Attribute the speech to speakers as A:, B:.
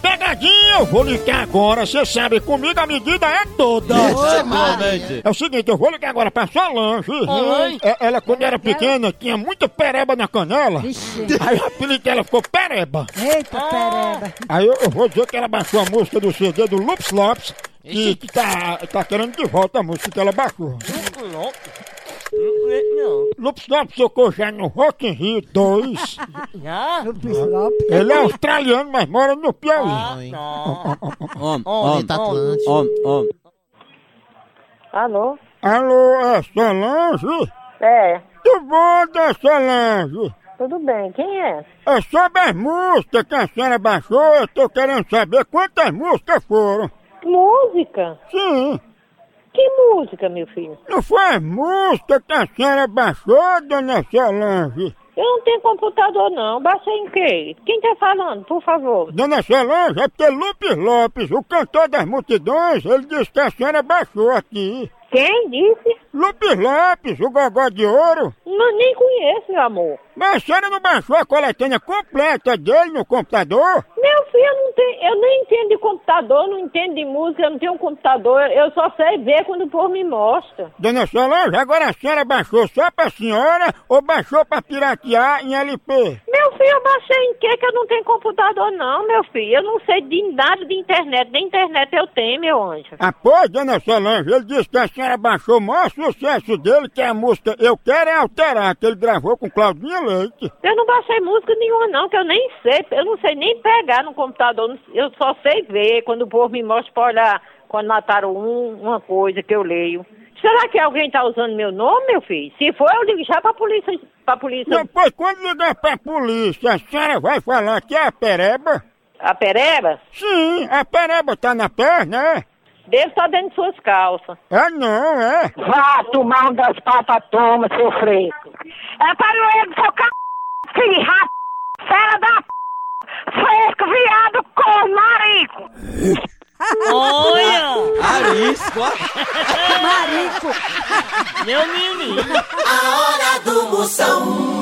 A: Amiguinho, eu vou ligar agora. Você sabe, comigo a medida é toda. É o seguinte, eu vou ligar agora pra Solange.
B: Oi.
A: É, Ela, quando era pequena, tinha muita pereba na canela.
B: Vixe.
A: Aí o apelido dela ficou pereba.
B: Eita, pereba.
A: Aí eu, eu vou dizer que ela baixou a música do CD do Lups Lops. Que, que tá, tá querendo de volta a música que ela baixou. Lups Lops tocou já no Rock in Rio 2.
B: No Pislop.
A: Ele é australiano, mas mora no Piauí.
C: Homem, homem,
D: Atlântico.
C: homem, homem.
E: Alô?
A: Alô, é Solange?
E: É,
A: Tudo bom, dona Solange?
E: tudo bem. Quem é?
A: É sobre as músicas que a senhora baixou, eu tô querendo saber quantas músicas foram.
E: Música?
A: Sim,
E: Que música, meu filho?
A: não foi as músicas que a senhora baixou, dona Solange?
E: Eu não tenho computador, não. Baixei em quê? Quem tá falando, por favor?
A: Dona Solange, é porque Lupes Lopes, o cantor das multidões, ele disse que a senhora baixou aqui.
E: Quem disse?
A: Lupes Lopes, o gogó de ouro,
E: Não, nem conheço, meu amor.
A: mas a senhora não baixou a coletânea completa dele no computador?
E: Meu filho, eu, não tenho, eu nem entendo de computador, não entendo de música, eu não tenho um computador. Eu só sei ver quando o povo me mostra.
A: Dona Solange, agora a senhora baixou só pra senhora ou baixou pra piratear em LP?
E: Meu filho, eu baixei em quê que eu não tenho computador, não, meu filho? Eu não sei de nada de internet. Nem internet eu tenho, meu anjo.
A: Após Dona Solange, ele disse que a senhora baixou o maior sucesso dele, que é a música Eu Quero É Alterar, que ele gravou com Claudinha Leite.
E: Eu não baixei música nenhuma, não, que eu nem sei. Eu não sei nem pegar no computador. Eu só sei ver quando o povo me mostra pra olhar quando mataram um, uma coisa que eu leio. Será que alguém tá usando meu nome, meu filho? Se for, eu ligo já pra polícia. Pra polícia.
A: Depois, quando ligar pra polícia, a senhora vai falar que é a pereba?
E: A pereba?
A: Sim, a pereba tá na perna, é?
E: Deve estar tá dentro de suas calças.
A: Ah, não, é?
F: Vá tomar um das papas, toma, seu fresco. É para o erro do seu c... filho rato, fera da p... fresco, viado, com marico.
B: Olha!
C: Arisco, ó.
B: Marico!
D: A hora do Moção.